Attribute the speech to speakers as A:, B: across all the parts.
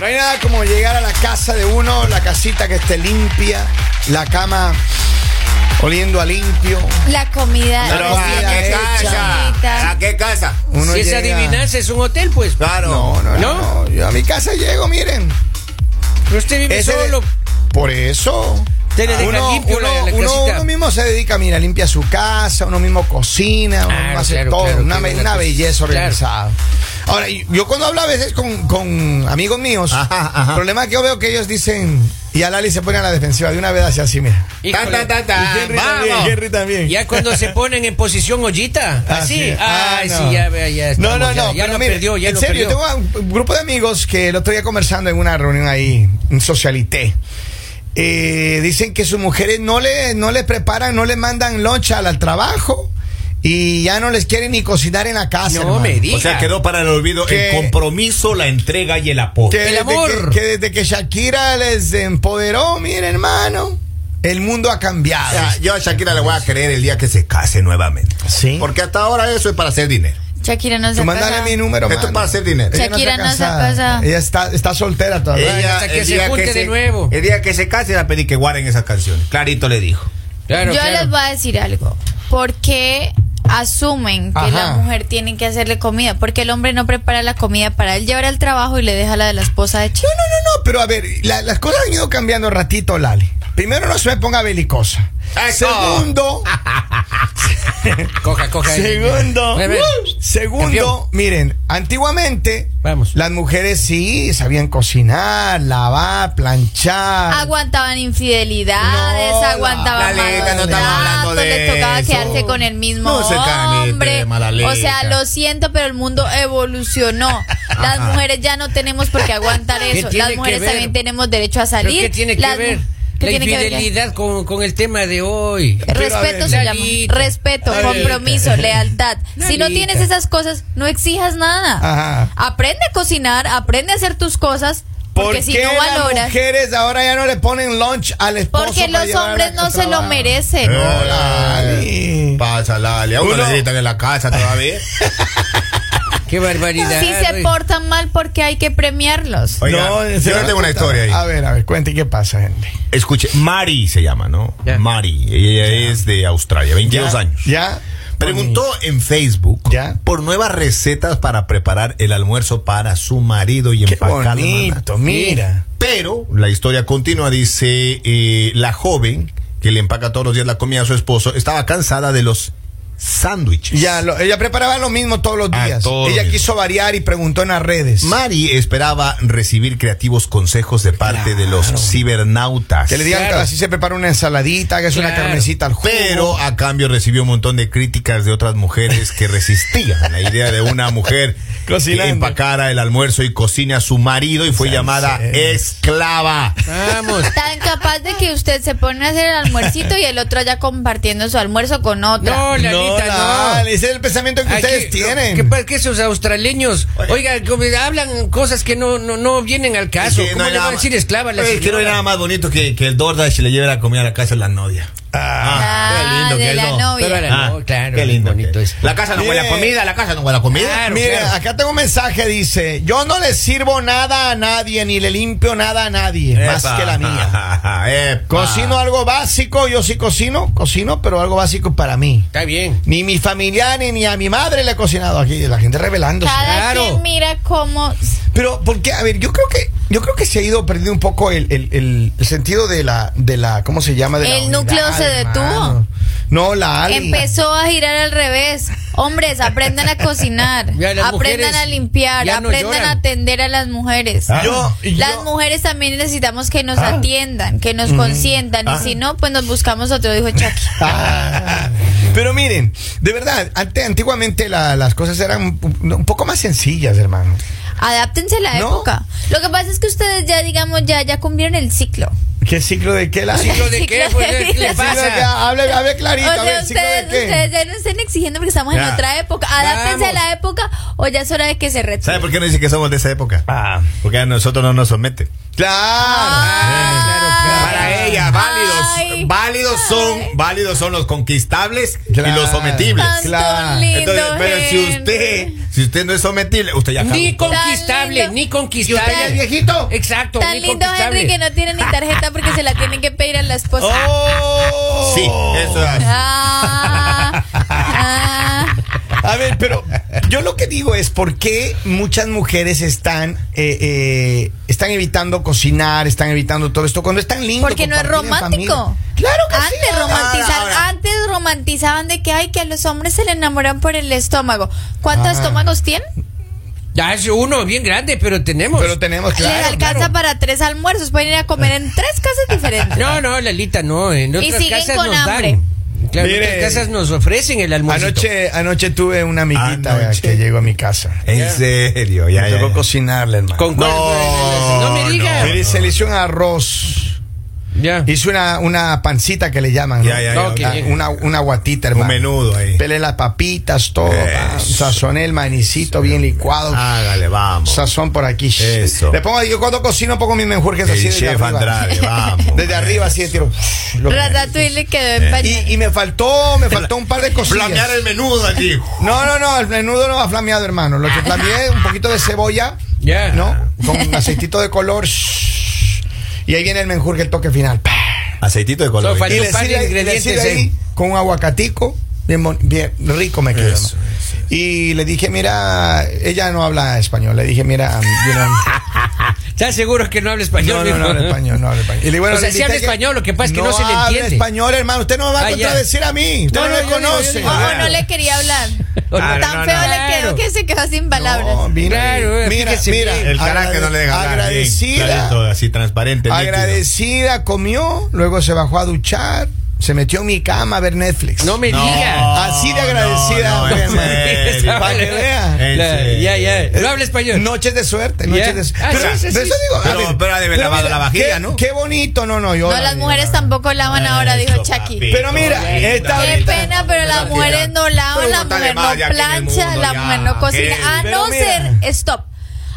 A: nada como llegar a la casa de uno, la casita que esté limpia, la cama oliendo a limpio.
B: La comida.
A: La
C: Pero ¿a
A: comida
C: qué
A: hecha.
C: casa? ¿A qué casa?
A: Uno
C: si es
A: llega-
C: adivinanza, es un hotel, pues.
A: Claro. No, no, no,
C: ¿No?
A: no. Yo a mi casa llego, miren.
C: Pero usted vive
A: Ese de-
C: solo.
A: Por eso.
C: Usted le deja
A: uno,
C: limpio
A: uno-
C: la- la
A: uno-
C: casita.
A: uno mismo se dedica, mira, limpia su casa, uno mismo cocina, uno
C: Claro,
A: mismo hace
C: claro,
A: todo.
C: claro,
A: una
C: qué
A: be-
C: buena
A: una
C: cosa.
A: belleza
C: Claro.
A: organizada. Ahora, y- yo cuando hablo a veces con, con amigos míos,
C: Ajá, ajá.
A: el problema es que yo veo que ellos dicen, y a Lali se pone a la defensiva de una vez hacia así, mira.
C: Híjole.
A: Tan, tan, tan,
C: Y
A: tan.
C: Henry
A: Vamos.
C: también,
A: Y Henry también.
C: Ya cuando se ponen en posición ollita, así. Ay,
A: Ah,
C: sí, ya, ya, ya
A: No,
C: estamos,
A: no,
C: ya-
A: no.
C: Ya
A: pero
C: lo
A: mire,
C: perdió, ya
A: en
C: lo
A: serio,
C: perdió.
A: tengo un grupo de amigos que el otro día conversando en una reunión ahí, un socialité. eh, dicen que sus mujeres no le, no les preparan, no les mandan loncha al, al trabajo y ya no les quieren ni cocinar en la casa.
C: No
A: hermano.
C: me digas.
D: O sea, quedó para el olvido
A: Que-
D: el compromiso, la entrega y el
A: Que
D: apoyo.
C: El
A: desde
C: amor.
A: Que, que desde que Shakira les empoderó, miren, hermano, el mundo ha cambiado.
D: Ya, Ah, Yo a Shakira le voy a creer el día que se case nuevamente.
A: Sí.
D: Porque hasta ahora eso es para hacer dinero.
B: Shakira no se
A: Tú
B: ha
A: mandale
B: casado.
A: mi número,
D: Esto
A: mano.
D: es para hacer dinero.
A: Ella
B: Shakira no se ha
A: casada.
B: casado.
A: Ella está, está soltera todavía.
C: Ella- hasta que se junte de nuevo.
D: El día que se case, la pedí que guarden esas canciones. Clarito le dijo.
C: Claro,
B: Yo
C: claro.
B: les voy a decir algo. ¿Por qué asumen que
A: Ajá.
B: la mujer tiene que hacerle comida? Porque el hombre no prepara la comida para él llevar al trabajo y le deja la de la esposa de chico.
A: No, no, no, no, pero a ver, la- las cosas han ido cambiando ratito, Lali. Primero no se me ponga belicosa.
C: Eso.
A: Segundo,
C: Coja, coja.
A: segundo,
C: A ver.
A: segundo, miren, antiguamente
C: Vamos.
A: las mujeres sí sabían cocinar, lavar, planchar.
B: Aguantaban infidelidades,
A: No, la-
B: aguantaban
D: la Lita, no estamos hablando
B: malos
D: de
B: les tocaba
D: eso.
B: quedarse con el mismo
D: No se canite,
B: hombre.
D: mala
B: o
D: Lita.
B: sea, lo siento, pero el mundo evolucionó. Las mujeres ya no tenemos por qué aguantar
C: ¿Qué
B: eso.
C: tiene
B: Las
C: que
B: mujeres
C: ver?
B: también tenemos derecho a
C: ¿Pero
B: salir.
C: ¿Qué tiene que
B: Las mu-
C: ver?
B: ¿Qué
C: La
B: tiene que ver qué?
C: infidelidad con, con el tema de hoy.
A: Pero, a
B: Respeto
A: ver,
B: se llama.
C: Lalita.
B: Respeto,
C: Lalita.
B: compromiso, lealtad. Si no
C: Lalita.
B: tienes esas cosas, no exijas nada.
A: Ajá.
B: Aprende a cocinar, aprende a hacer tus cosas,
A: ¿Por
B: porque
A: qué
B: si no
A: las
B: valoras.
A: mujeres ahora ya no le ponen lunch al esposo?
B: Porque
A: para
B: los
A: llevar a
B: hombres
A: la-
B: no
A: al
B: se lo
A: trabajo?
C: Eh,
B: merecen.
D: No,
A: Lali.
D: Eh, Pasa, Lali. Aún
A: Uno-
D: le gritan en la casa todavía.
C: Qué barbaridad.
B: Si se
C: güey.
B: portan mal, porque hay que premiarlos.
D: Oiga,
A: No, en
D: yo
A: serio,
D: le tengo una historia ahí.
A: A ver, a ver, cuente qué pasa, gente.
D: Escuche, Mari se llama, ¿no?
C: Ya.
D: Mari. Ella es de Australia, 22 años.
A: ¿Ya?
D: Preguntó en Facebook
A: Ya.
D: por nuevas recetas para preparar el almuerzo para su marido y
A: Qué
D: empacarlo. en
A: bonito, mira.
D: Pero la historia continua dice eh, la joven que le empaca todos los días la comida a su esposo estaba cansada de los sándwiches.
A: Ya, lo- ella preparaba lo mismo todos los
D: Ah,
A: días.
D: todo lo
A: ella
D: mismo.
A: quiso variar y preguntó en las redes.
D: Mari esperaba recibir creativos consejos de parte de los cibernautas.
A: que le digan
C: Claro.
A: que así se prepara una ensaladita, que es una
C: Claro.
A: carnecita al jugo.
D: Pero a cambio recibió un montón de críticas de otras mujeres que resistían la idea de una mujer que
A: Cocinando.
D: empacara el almuerzo y cocine a su marido y fue llamada esclava.
C: Vamos.
B: Tan capaz de que usted se pone a hacer el almuercito y el otro ya compartiendo su almuerzo con otra.
C: No, Lalita,
A: no,
C: no.
A: Lali, ese es el pensamiento que
C: Ay,
A: ustedes
C: qué-
A: tienen.
C: qué pa- que esos australeños, oiga, como hablan cosas que no, no, no vienen al caso.
D: Es que
C: Ah, ¿Cómo
D: hay
C: le va
D: nada
C: a decir
D: más-
C: esclava a la
D: Es que no hay
C: señora?
D: nada más bonito que, que el DoorDash le lleve la comida a la casa de la novia.
B: Ah,
D: qué lindo
B: de
D: que
B: la
D: no.
B: novia.
C: Pero era- no, claro,
D: qué lindo.
C: bonito
D: que-
C: eso.
D: La casa no huele a
A: Mire.
D: comida, la casa no huele a comida.
C: Claro.
A: Mire, acá tengo un mensaje, dice, yo no le sirvo nada a nadie, ni le limpio nada a nadie, más
D: Epa.
A: que la mía.
D: Epa.
A: Cocino algo básico, yo sí cocino, cocino, pero algo básico para mí.
C: Está bien.
A: Ni mi familia ni, ni a mi madre le he cocinado aquí, la gente revelándose.
B: Cada
C: Claro.
B: quien mira cómo.
A: Pero, porque, a ver, yo creo que, yo creo que se ha ido perdiendo un poco el, el- el- el sentido de la, de la, ¿cómo se llama? De la
B: El
A: unidad,
B: núcleo se detuvo.
A: hermano. No, la Ali.
B: Empezó a girar al revés. Hombres, aprendan a cocinar,
C: Ya, las
B: aprendan
C: mujeres
B: a limpiar,
C: ya no
B: aprendan
C: lloran.
B: a atender a las mujeres.
A: Yo, yo-
B: Las mujeres también necesitamos que nos atiendan, que nos consientan, y si no, pues nos buscamos otro, dijo Chucky.
A: Ah, Pero miren, de verdad, ante- antiguamente la- las cosas eran un, un poco más sencillas, hermano.
B: Adáptense a la
A: No.
B: época. Lo que pasa es que ustedes ya, digamos, ya, ya cumplieron el ciclo.
A: ¿Qué ciclo de qué la?
C: ¿Ciclo de
B: Sí,
C: qué?
B: claro.
C: Pues, ¿Qué le
B: Sí,
A: Ciclo de qué?
C: pasa?
A: Hable, hable
B: O
A: clarito, a
B: sea,
A: ver, ciclo de
B: ustedes,
A: qué.
B: ustedes ya no estén exigiendo porque estamos en
D: Ya.
B: otra época. Adáptense a
C: Vamos.
B: la época o ya es hora de que se
D: ¿Sabe
B: retiren.
D: por qué no dice que somos de esa época? Porque a nosotros no nos somete.
A: Claro.
B: Ah,
C: claro,
D: Para ella, válidos.
B: Ay.
D: válidos son, válidos son los conquistables y
A: Claro.
D: los sometibles.
B: Tan
A: Claro.
B: lindo,
D: Pues Entonces, pero si
B: Henry.
D: usted, si usted no es sometible, usted ya
C: Ni
D: caducó.
C: conquistable,
B: lindo.
C: ni conquistable.
B: Y usted ya es
A: viejito.
C: Exacto,
B: Tan
C: ni
B: lindo
C: conquistable.
B: Henry que no tiene ni tarjeta porque se la tienen que pedir a la esposa.
A: ¡Oh!
D: Sí, eso es.
B: Ah, ah.
A: A ver, pero yo lo que digo es por qué muchas mujeres están eh, eh, están evitando cocinar, están evitando todo esto cuando es tan lindo.
B: Porque no es
A: compartir en
B: romántico.
A: familia. Claro que
B: antes
A: sí.
D: Ahora,
B: romantizan-
D: ahora.
B: Antes romantizaban de que ay que a los hombres se le enamoran por el estómago. ¿Cuántos
A: Ah.
B: estómagos tienen?
C: Ya es uno bien grande, pero tenemos.
A: Pero
D: Pues
A: tenemos
B: Les
A: claro.
B: alcanza
C: claro.
B: para tres almuerzos. Pueden ir a comer en tres casas diferentes.
C: No, no, Lalita, no. En otras
B: siguen
C: casas
B: con
C: nos
B: hambre.
C: dan. Claro, en
A: Mire.
C: otras casas nos ofrecen el almuerzo.
A: Anoche, anoche tuve una amiguita
D: Anoche.
A: que llegó a mi casa.
D: En serio, ya,
A: Me
D: ya,
A: tocó
D: ya.
A: cocinarle, hermano.
C: Con
D: No,
C: cuerpo- no me digas.
A: Mire, se le hizo un arroz.
C: Ya.
A: Hizo una, una pancita que le llaman. ¿no?
D: Ya, ya,
C: ya.
A: Ah,
C: Ok.
A: Una, una guatita, hermano.
D: Un menudo ahí.
A: Pelé las papitas, todo. pa.
D: Eso.
A: Sazoné el manicito bien licuado.
D: Hágale, vamos.
A: Sazón por aquí.
D: Eso.
A: Le pongo, yo cuando cocino pongo mis menjurjes
D: El
A: así desde
D: chef
A: arriba.
D: Andrade, vamos.
A: Desde arriba así de tiro. Lo-
B: Ratatouille quedó en pañal.
A: Y, y me faltó, me faltó un par de cosillas.
D: Flamear el menudo aquí.
A: No, no, no, el menudo no va flameado, hermano. Lo que flameé es un poquito de cebolla,
C: Ya.
A: ¿no? Con un aceitito de color. shhh, Y ahí viene el menjurje, el toque final. pa.
D: Aceitito de color.
C: So, falta-
A: Y
C: Hay un
A: le
C: par de
A: sirve, le
C: ingredientes eh.
A: sirve
C: ahí.
A: ahí con un aguacatico. Bien, bon- bien rico me quedó.
D: Eso,
A: ¿no?
D: eso, eso.
A: Y le dije, mira, ella no habla español. Le dije, mira, you know,
C: Ah, ¿Estás seguro que no habla
A: No,
C: español?
A: no, no
C: mijo?
A: habla español, no habla español. Y le- bueno,
C: O sea,
A: le
C: sí habla
A: invité
C: español, lo que pasa es que no se le
A: habla
C: entiende.
A: español, hermano. Usted no va a
C: Ah, ya.
A: contradecir a mí. Usted
C: No,
A: no,
C: no,
A: me
C: yo digo, yo
A: conoce.
B: O,
C: digo.
B: o no le quería hablar.
C: Claro,
B: Tan
D: no,
B: feo
D: no.
B: le quedó
C: Claro.
B: que se quedó sin palabras.
A: Ah, No, mira,
C: Claro,
A: mira,
C: fíjese
A: mira.
C: bien.
D: El carácter
A: agrade-
D: no le deja hablar. eh,
A: Agradecida.
D: bien clarito, así transparente. líquido.
A: Agradecida, comió, luego se bajó a duchar, se metió en mi cama a ver Netflix.
C: No me diga.
A: Así de agradecida,
D: No, no, en
A: hombre,
D: serio.
A: man. Pa' que vea.
D: En
C: La-
D: serio.
C: Ya, ya. No habla español.
A: Noches de suerte, noches
C: Yeah.
A: de suerte.
C: Ah, sí, sí,
A: pero
C: sí.
A: eso digo, a
D: Pero-
A: ver,
D: pero ha de haber lavado
A: mira,
D: la vajilla,
A: qué-
D: ¿no?
A: Qué bonito, no, no, yo.
B: No, las mujeres tampoco lavan ahora, dijo
D: Eso,
B: Chucky.
D: papi.
A: Pero mira,
D: Qué
A: esta
B: Qué
A: ahorita-
B: pena, pero las mujeres no lavan,
D: Pero
B: la
D: no tan
B: mujer no
D: elevado ya aquí en el
B: plancha,
D: mundo,
B: la
D: ya,
B: mujer no cocina.
D: Henry.
B: A
A: Pero
B: no
A: mira.
B: ser, stop,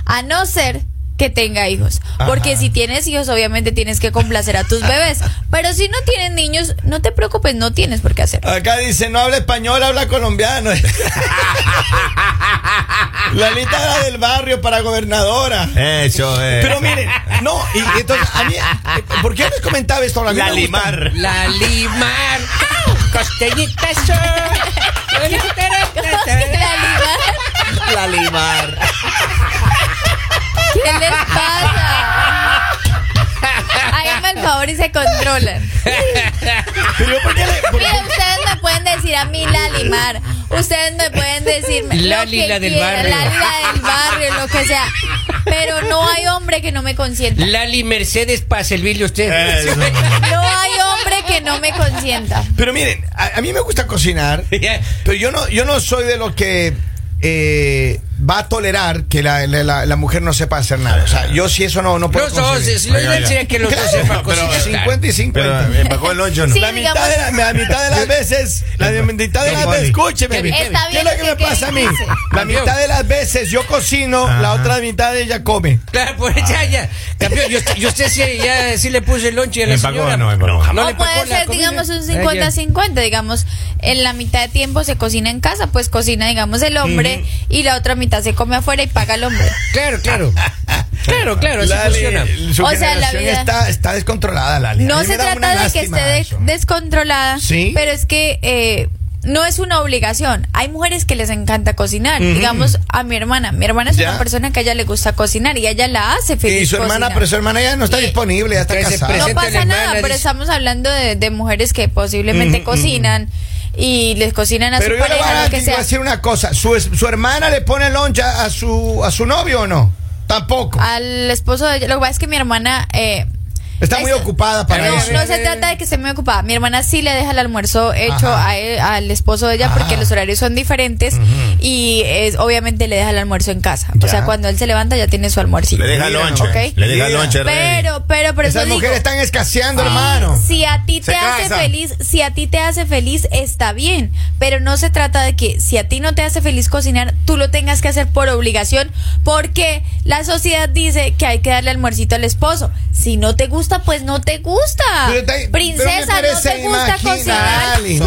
B: a no ser que tenga hijos. Porque si tienes hijos, obviamente tienes que complacer a tus bebés. Pero si no tienes niños, no te preocupes, no tienes por qué hacerlo.
A: Acá dice, no habla español, habla colombiano. Lalita era del barrio para gobernadora.
D: Eso eh. es.
A: Pero miren, no, y y entonces, a mí, eh, ¿por qué les comentaba esto? A mí
D: La
A: me gusta.
D: limar.
C: La limar. Costeñita sol.
D: La limar.
B: ¿Qué les pasa? Háganme el favor y se controlan.
A: Pero yo, ¿por qué le- por-
B: Mira, ustedes me pueden decir a mí Lali Mar. Ustedes me pueden decir
C: Lali,
B: lo que
C: la del
B: quieran,
C: barrio.
B: Lali, la del barrio, lo que sea. Pero no hay hombre que no me consienta.
C: Lali Mercedes para servirle a usted.
D: Eso.
B: No hay hombre que no me consienta.
A: pero miren, a, a mí me gusta cocinar,
C: Ya.
A: pero yo no, yo no soy de los que eh, va a tolerar que la, la- la- la mujer no sepa hacer nada. O sea, yo si eso no, no puedo.
C: Los dos,
A: concebir.
C: es- lo
D: Oiga,
C: ideal
D: ya.
C: sería que los dos
A: Claro,
C: sepan
A: pero
C: cocinar.
A: 50 y 50.
D: Pero me pagó el ocho, ¿no?
B: Sí.
A: La mitad,
B: digamos-
A: de la, la mitad de las veces, la de- mitad de las veces, escúcheme,
B: Está bien
A: ¿qué es lo
B: lo
A: que
B: que
A: me pasa a mí?
B: dice.
A: La mitad de las veces yo cocino, la otra mitad ella come.
C: Claro, pues ya, ya. Campeón, yo, yo usted sí, ya sí le puse el lonche a la
D: ¿Me pagó
C: señora.
D: o no me pagó?
C: No le pagó
B: o puede
C: la
B: ser,
C: comida.
B: digamos, un
C: Ya, ya.
B: 50-50, digamos, en la mitad de tiempo se cocina en casa, pues cocina, digamos, el hombre y la otra mitad se come afuera y paga el hombre.
C: Claro, claro. Claro, claro, así
A: Lali,
C: funciona.
A: Su
B: O sea,
A: generación
B: la vida-
A: está, está descontrolada, Lali. A
B: No
A: mí me
B: se
A: da una
B: trata de que
A: lástima
B: esté de-
A: eso.
B: descontrolada,
A: Sí.
B: pero es que eh, no es una obligación. Hay mujeres que les encanta cocinar. Digamos a mi hermana. Mi hermana es
A: Ya.
B: una persona que a ella le gusta cocinar y a ella la hace feliz.
A: Y su hermana,
B: cocinar.
A: pero su hermana ya no está
B: Y-
A: disponible, ya está
C: Entonces,
A: casada.
B: No
C: presenta a la
B: pasa nada,
C: hermana,
B: pero
C: dice.
B: estamos hablando de, de mujeres que posiblemente cocinan y les cocinan a
A: Pero yo
B: su
A: le voy
B: pareja,
A: a
B: lo que
A: digo,
B: sea.
A: decir una cosa, ¿su, es- su hermana le pone loncha a su a su novio o no? Tampoco.
B: Al esposo de ella. Lo que pasa es que mi hermana. eh,
A: Está muy ocupada para
B: no,
A: eso.
B: No se trata de que esté muy ocupada. Mi hermana sí le deja el almuerzo hecho
A: Ajá. Ah.
B: a él- al esposo de ella porque
A: Ajá.
B: los horarios son diferentes y es, obviamente le deja el almuerzo en casa.
A: Ya.
B: O sea, cuando él se levanta ya tiene su almuercito.
D: Le deja
A: Mira,
D: lonche.
B: ok.
D: Le deja
A: Mira.
D: lonche, Rey.
B: Pero, pero, por eso
A: Esas
B: digo, Ah,
A: mujeres están escaseando, hermano.
B: si a ti
D: Se
B: te hace
D: casan.
B: feliz, si a ti te hace feliz está bien, pero no se trata de que si a ti no te hace feliz cocinar, tú lo tengas que hacer por obligación, porque la sociedad dice que hay que darle almuercito al esposo. Si no te gusta gusta, pues no te gusta.
A: Pero te- pero me
B: princesa, no
A: parece
B: te gusta
A: imagina-
B: cocinar.
A: Dale. No,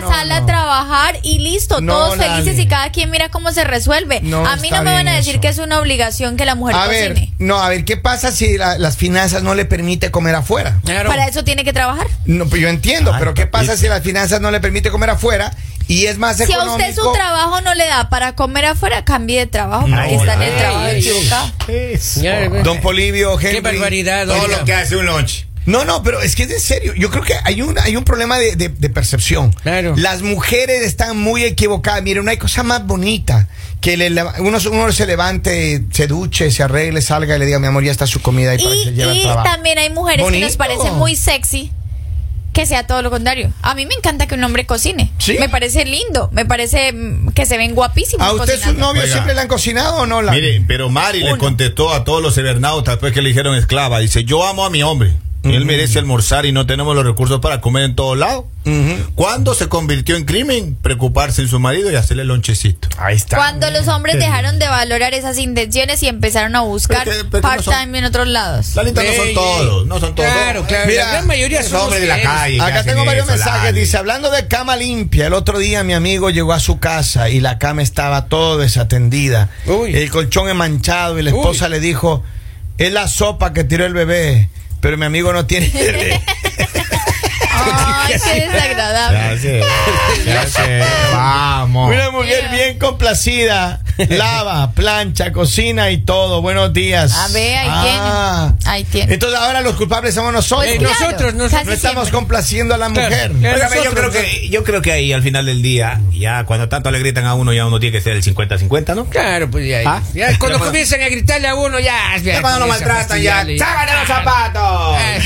A: no, no,
B: sal a
A: no.
B: trabajar y listo.
A: No,
B: Todos felices
A: Lali.
B: y cada quien mira cómo se resuelve.
A: No
B: a mí
A: está
B: no me van a
A: bien
B: decir
A: eso.
B: que es una obligación que la mujer
A: A
B: cocine.
A: ver, no, a ver, ¿qué pasa si la- las finanzas no le permite comer afuera?
C: Claro.
B: Para eso tiene que trabajar.
A: No, pues yo entiendo,
D: Ay,
A: pero ¿qué pasa
D: papito.
A: si las finanzas no le permite comer afuera y es más
B: Si a
A: económico?
B: usted su trabajo no le da para comer afuera, cambie de trabajo
A: No,
B: porque está en el
C: Lali.
B: trabajo equivocado.
C: Ya, pues. güey.
A: Don Polivio, Henry.
C: Qué barbaridad.
D: Todo
C: oiga.
D: lo que hace un lunch.
A: No, no, pero es que es en serio. Yo creo que hay un, hay un problema de, de- de percepción.
C: Claro.
A: Las mujeres están muy equivocadas. Miren, no hay cosa más bonita que le leva- uno, uno se levante, se duche, se arregle, salga y le diga, mi amor, ya está su comida y para que
B: Y,
A: se lleve al
B: y
A: trabajo.
B: también hay mujeres que
A: Bonito.
B: nos parece muy sexy que sea todo lo contrario. A mí me encanta que un hombre cocine.
A: ¿Sí?
B: Me parece lindo. Me parece mm, que se ven guapísimos.
A: ¿A usted sus
B: cocinando.
A: novios
D: Oiga.
A: siempre le han cocinado o no? La...
D: Mire, pero Mari le
B: Uno.
D: contestó a todos los cibernautas después que le dijeron esclava. Dice, yo amo a mi hombre. Él merece almorzar y no tenemos los recursos para comer en todos lados.
A: Ujú.
D: ¿Cuándo se convirtió en crimen? Preocuparse en su marido y hacerle lonchecito.
A: Ahí está.
B: Cuando los hombres dejaron de valorar esas intenciones y empezaron a buscar
D: Pero que- pero que no son-
B: part-time en otros lados.
D: Lalita, no
C: Ey,
D: son todos, no son todos.
C: claro, claro.
A: Mira,
C: la gran mayoría
D: esos
C: son
D: hombres de la
C: mujeres.
D: calle. que
A: Acá
D: hacen
A: tengo varios
D: eso,
A: mensajes.
D: Lali.
A: Dice, hablando de cama limpia, el otro día mi amigo llegó a su casa y la cama estaba todo desatendida.
C: Uy.
A: El colchón es manchado y la esposa
C: Uy.
A: le dijo, es la sopa que tiró el bebé, pero mi amigo no tiene bebé".
B: Ay, qué desagradable.
D: Gracias. Gracias. Vamos.
A: Una mujer
B: Mira.
A: bien complacida, lava, plancha, cocina y todo. Buenos días.
B: A ver, Ah, ahí tiene. Ahí tiene.
A: Ah.
B: Pues,
A: Entonces ahora los culpables somos nosotros.
C: Eh,
B: Claro,
C: nosotros, nosotros
B: casi
A: No estamos
B: siempre.
A: complaciendo a la
C: Claro,
A: mujer.
C: claro.
D: Óigame, yo, creo
C: Nosotros,
D: que, yo creo que ahí al final del día, ya cuando tanto le gritan a uno, ya uno tiene que ser el 50-50, ¿no?
C: Claro, pues ya.
D: ¿Ah?
C: ya
D: Pero
C: cuando
D: cuando-
C: comienzan a gritarle a uno, ya. pues,
D: Ya cuando lo maltratan, ya. ¡Sácale los zapatos!
C: Eh,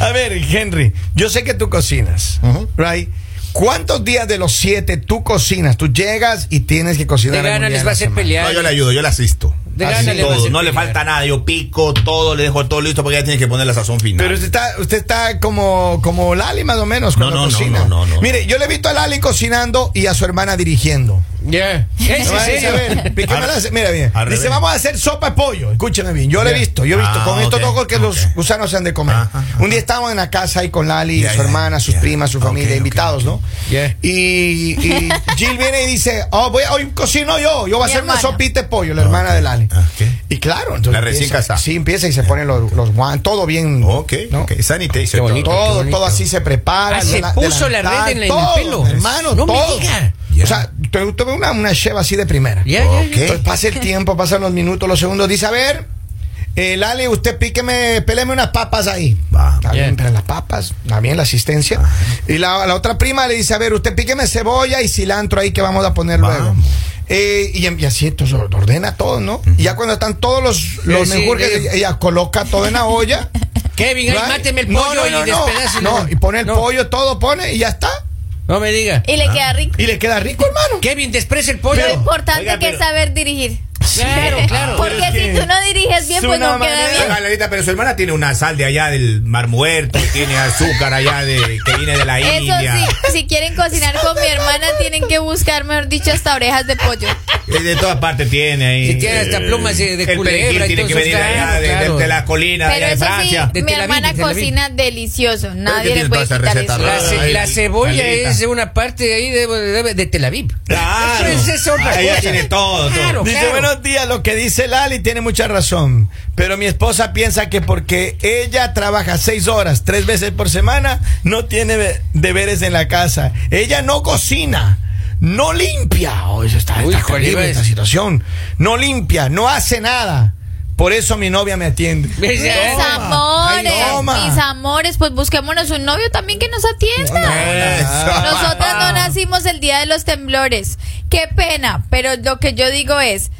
A: A ver, Henry, yo sé que tú cocinas,
D: Ujú.
A: right? ¿Cuántos días de los siete tú cocinas? Tú llegas y tienes que cocinar.
C: De
A: algún
C: gana
A: día
C: les
A: de
C: va
A: la
C: a hacer
A: semana.
C: pelear.
D: No, yo le ayudo, yo le asisto.
C: De
D: Así
C: gana le va a
D: todo,
C: hacer
D: no le
C: pelear.
D: falta nada, yo pico todo, le dejo todo listo porque ya tiene que poner la sazón final.
A: Pero usted está, usted está como, como Lali más o menos cuando
D: no, no,
A: cocina.
D: no, no, no.
A: Mire, yo le he visto a Lali cocinando y a su hermana dirigiendo.
C: Ya. ¿Es en
A: A ver, a ver,
C: serio?
A: explícame
D: Al-
A: la- mira bien.
D: al
A: Dice,
D: revés.
A: vamos a hacer sopa de pollo. Escúchame bien. Yo lo he
D: Ya.
A: visto, yo he visto.
D: Ah,
A: con estos
D: ok,
A: dos que
D: ok.
A: los gusanos se han de comer.
D: Ajá, ajá.
A: Un día estábamos en la casa ahí con Lali,
D: Ya,
A: su
D: ya,
A: hermana, sus
D: ya.
A: primas, su
D: Ok,
A: familia,
D: ok,
A: invitados, ¿no?
C: Ya.
A: Y, y Jill viene y dice, oh, voy, a- hoy cocino yo. Yo voy a
B: Mi
A: hacer una
B: hermana.
A: sopita de pollo, la
D: Ok,
A: hermana de Lali.
D: ok.
A: Y claro, entonces.
D: La recién
A: empieza-
D: casada.
A: Sí, empieza y se ponen los, los guantes, todo bien.
D: Oh, Ok,
A: ¿no?
D: ok, sanitation.
C: Qué bonito.
D: todo.
A: Todo,
C: bonito.
A: todo así se prepara.
C: Ah, se
A: dela-
C: puso la
A: delantal,
C: red en la- en el
A: todo,
C: pelo.
A: Hermano,
C: No me
A: todo.
C: diga.
A: O sea, tuve una, una cheva así de primera.
C: Ya, ya, ya.
D: Ok.
A: Entonces pasa el tiempo, pasan los minutos, los segundos. Dice, a ver, eh, Lali, usted píqueme, péleme unas papas ahí.
D: Va.
A: Está
C: Bien.
A: bien, pero las papas, está bien la asistencia.
C: Ah.
A: Y la, la otra prima le dice, a ver, usted píqueme cebolla y cilantro ahí que vamos a poner
D: Vamos.
A: luego. Eh, y, y así entonces or- ordena todo, ¿no? Y ya cuando están todos los, los
C: sí,
A: menjurjes,
C: sí.
A: ella, ella coloca todo en la olla.
C: Kevin, ay,
A: right?
C: máteme el
A: No,
C: pollo
A: no,
C: y
A: no, no,
C: despedácelo.
A: no, y pone el
C: No,
A: pollo, todo pone y ya está.
C: No me diga.
B: Y le queda rico.
A: Y le queda rico, hermano.
C: Kevin, despreza el pollo.
B: Lo importante
D: Oiga,
B: que
D: pero-
B: es saber dirigir.
C: Claro, claro.
B: Porque
D: Pero es
B: si
D: que
B: tú no diriges bien,
A: es
B: pues
A: una
B: no queda
A: manera-
B: bien.
D: Oiga, Lalita, pero su hermana tiene una sal de allá del Mar Muerto, tiene azúcar allá de que viene de la
B: Eso
D: India.
B: sí, si quieren cocinar con mi hermana, tienen que buscar, mejor dicho, hasta orejas de pollo.
D: Eh, De todas partes tiene ahí.
C: Sí, tiene hasta
D: Eh,
C: plumas de- de
D: el
C: culebra
D: perejil
C: y
D: tiene
C: todo
D: que
C: eso,
D: venir
C: claro,
D: allá de, de-
C: claro.
D: de la colina, de allá
B: Pero
D: de
B: eso
D: Francia.
B: sí,
C: De
B: mi
C: Tel Aviv,
B: hermana
C: de Tel Aviv.
B: cocina delicioso. Nadie le
D: tiene
B: puede
D: toda esa
B: quitar
D: receta
B: eso.
D: rara.
C: La, ce-
D: Ay,
C: la cebolla
D: Lalita.
C: es de una parte ahí de, de- de Tel Aviv.
D: Claro.
C: Eso es, es otra
D: Ahí ya
C: cosa.
D: tiene todo, todo.
C: Claro,
A: Dice,
C: claro.
A: buenos días, lo que dice Lali tiene mucha razón, pero mi esposa piensa que porque ella trabaja seis horas, tres veces por semana, no tiene be- deberes en la casa. Ella no cocina, no limpia. Oh, eso está,
C: Uy,
A: está
C: Juan, iba a
A: terrible esta
C: decir-
A: situación. No limpia, no hace nada. Por eso mi novia me atiende.
C: Ves, ya.
B: Mis amores,
A: Ay, toma.
B: mis amores, pues busquémonos un novio también que nos atienda.
D: Eso.
B: Nosotras no nacimos el día de los temblores. Qué pena, pero lo que yo digo es,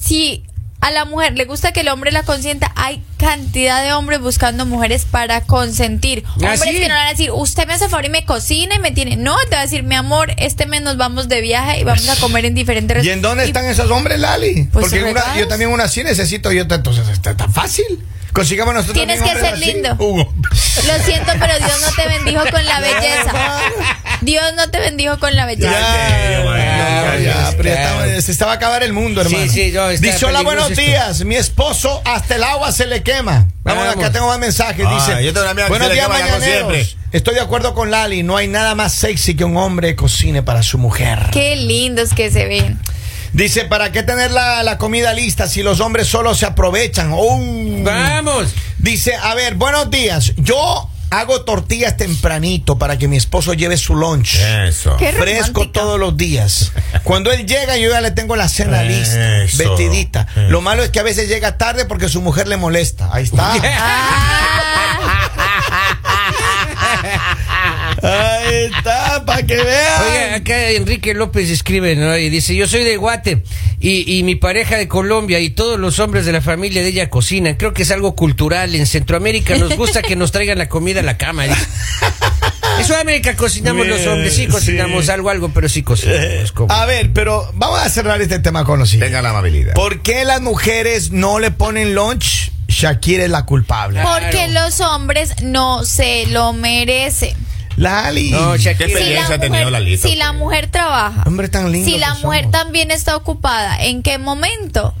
B: si a la mujer le gusta que el hombre la consienta, hay cantidad de hombres buscando mujeres para consentir.
A: Ah,
B: Hombres
C: Así.
B: que no le van a decir, usted me hace favor y me cocina y me tiene. No, te va a decir, mi amor, este mes nos vamos de viaje y vamos a comer en diferentes
A: ¿Y en dónde están esos hombres, Lali?
B: Pues
A: Porque una-
B: regalos.
A: yo también una sí necesito, yo entonces está tan fácil. Consigamos nosotros.
B: Tienes
A: también
B: que
A: hombres
B: ser
A: así.
B: lindo.
A: Hugo.
B: Lo siento, pero Dios no te bendijo con la belleza. Dios no te bendijo con la belleza.
A: Ya.
D: Ya, ya, ya,
A: ya,
C: Claro,
A: ya, pero ya
C: claro.
A: estaba- se estaba a acabar el mundo,
C: Sí,
A: hermano.
C: sí, no, está
A: Dice, hola,
C: peligroso
A: buenos
C: esto".
A: días. Mi esposo hasta el agua se le quema. Vamos,
C: Vamos.
A: acá tengo más mensajes.
D: Ah,
A: Dice,
D: yo tengo una amiga que
A: buenos
D: se le
A: días,
D: quema el agua
A: mañaneros.
D: siempre.
A: Estoy de acuerdo con Lali. No hay nada más sexy que un hombre cocine para su mujer.
B: Qué lindos que se ven.
A: Dice, ¿para qué tener la, la comida lista si los hombres solo se aprovechan? ¡Oh!
C: Vamos.
A: Dice, a ver, buenos días. Yo hago tortillas tempranito para que mi esposo lleve su lunch.
D: Eso.
B: Qué
A: Fresco
B: romántica.
A: todos los días. Cuando él llega, yo ya le tengo la cena lista,
D: Eso.
A: vestidita.
D: Eso.
A: Lo malo es que a veces llega tarde porque su mujer le molesta. Ahí está.
B: Ah,
A: Ahí está, para que
C: Oiga,
A: vean.
C: acá Enrique López escribe, ¿no? Y dice, yo soy de Guate y, y mi pareja de Colombia y todos los hombres de la familia de ella cocinan. Creo que es algo cultural. En Centroamérica nos gusta que nos traigan la comida a la cama. dice. En Sudamérica cocinamos los hombres, sí
D: Bien,
C: cocinamos
D: sí. Eh,
C: algo, algo, pero sí cocinamos. como-
A: A ver, pero vamos a cerrar este tema con lo siguiente.
D: Tenga la amabilidad.
A: ¿Por qué las mujeres no le ponen lunch? Shakira es la culpable.
C: Ah.
B: porque
C: Claro.
B: los hombres no se lo merecen.
A: Lali.
C: No, Shakira.
D: Qué pelea. Experiencia ha tenido la lista,
B: si la
D: pues.
B: mujer trabaja,
A: Hombre tan lindo pues,
B: si la
A: que
B: mujer
A: somos.
B: también está ocupada, ¿en qué momento?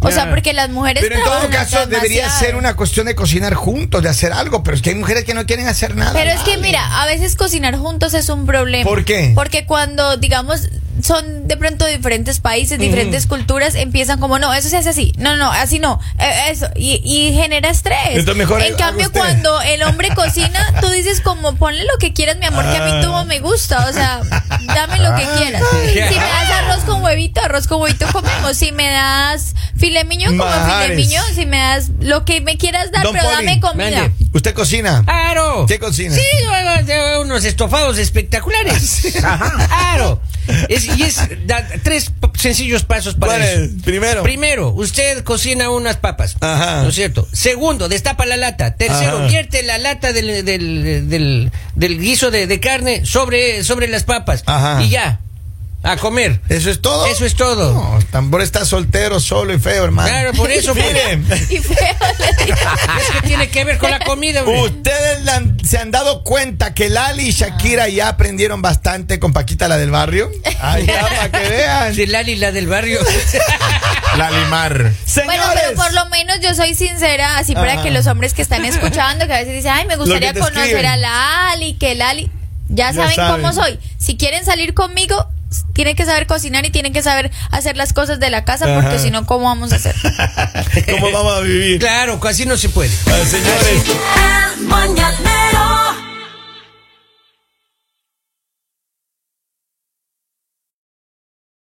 B: O
C: Ya.
B: sea, porque las mujeres
A: Pero en todo
B: trabajan
A: caso debería
B: demasiado.
A: ser una cuestión de cocinar juntos, de hacer algo, pero es que hay mujeres que no quieren hacer nada.
B: Pero es que
A: Lali.
B: mira, a veces cocinar juntos es un problema.
A: ¿Por qué?
B: Porque cuando, digamos, son de pronto diferentes países, diferentes culturas, empiezan como, no, eso se hace así, no, no, así no, eh, eso, y, y genera estrés.
A: Entonces mejor
B: en
A: haga
B: cambio,
A: usted.
B: cuando el hombre cocina, tú dices como, ponle lo que quieras, mi amor, que
A: Ah.
B: a mí todo me gusta, o sea, dame lo que quieras. Si me das arroz con huevito, arroz con huevito comemos, si me das filet miñón, como
A: Majares.
B: filet miñón, si me das lo que me quieras dar,
A: Don
B: pero
A: Poli,
B: dame comida.
C: mande.
A: ¿Usted cocina?
C: ¡Claro!
A: ¿Qué cocina? Ah,
C: Sí, yo hago unos estofados espectaculares. ¡Claro! Es- y es da- tres p- sencillos pasos para
A: ¿Cuál es?
C: eso.
A: Primero.
C: Primero, usted cocina unas papas.
A: Ajá.
C: ¿No es cierto? Segundo, destapa la lata. Tercero,
A: Ajá.
C: vierte la lata del, del, del- del guiso de, de carne sobre, sobre las papas.
A: Ajá.
C: Y ya, a comer.
A: ¿Eso es todo?
C: Eso es todo.
A: No, el tambor está soltero, solo y feo, hermano.
C: Claro, por eso. pues.
A: Miren,
B: Y feo le digo.
C: Es que tiene que ver con la comida, hombre.
A: ustedes le han- se han dado cuenta que Lali y Shakira ya aprendieron bastante con Paquita, la del barrio. Ahí está, para que vean.
C: De Lali, la del barrio.
D: La limar.
A: Señores.
B: Bueno, pero por lo menos yo soy sincera, así para
A: Ah.
B: que los hombres que están escuchando, que a veces dicen, ay, me
A: Lo
B: gustaría
A: que te
B: conocer
A: escriben.
B: a la Ali, que la Ali, ya,
A: Ya
B: saben,
A: saben.
B: cómo soy. Si quieren salir conmigo, s- tienen que saber cocinar y tienen que saber hacer las cosas de la casa,
A: Ajá.
B: porque si no, ¿cómo vamos a hacer?
A: ¿Cómo vamos a vivir?
C: claro, así no se puede.
A: Ah, Señores.
E: El mañanero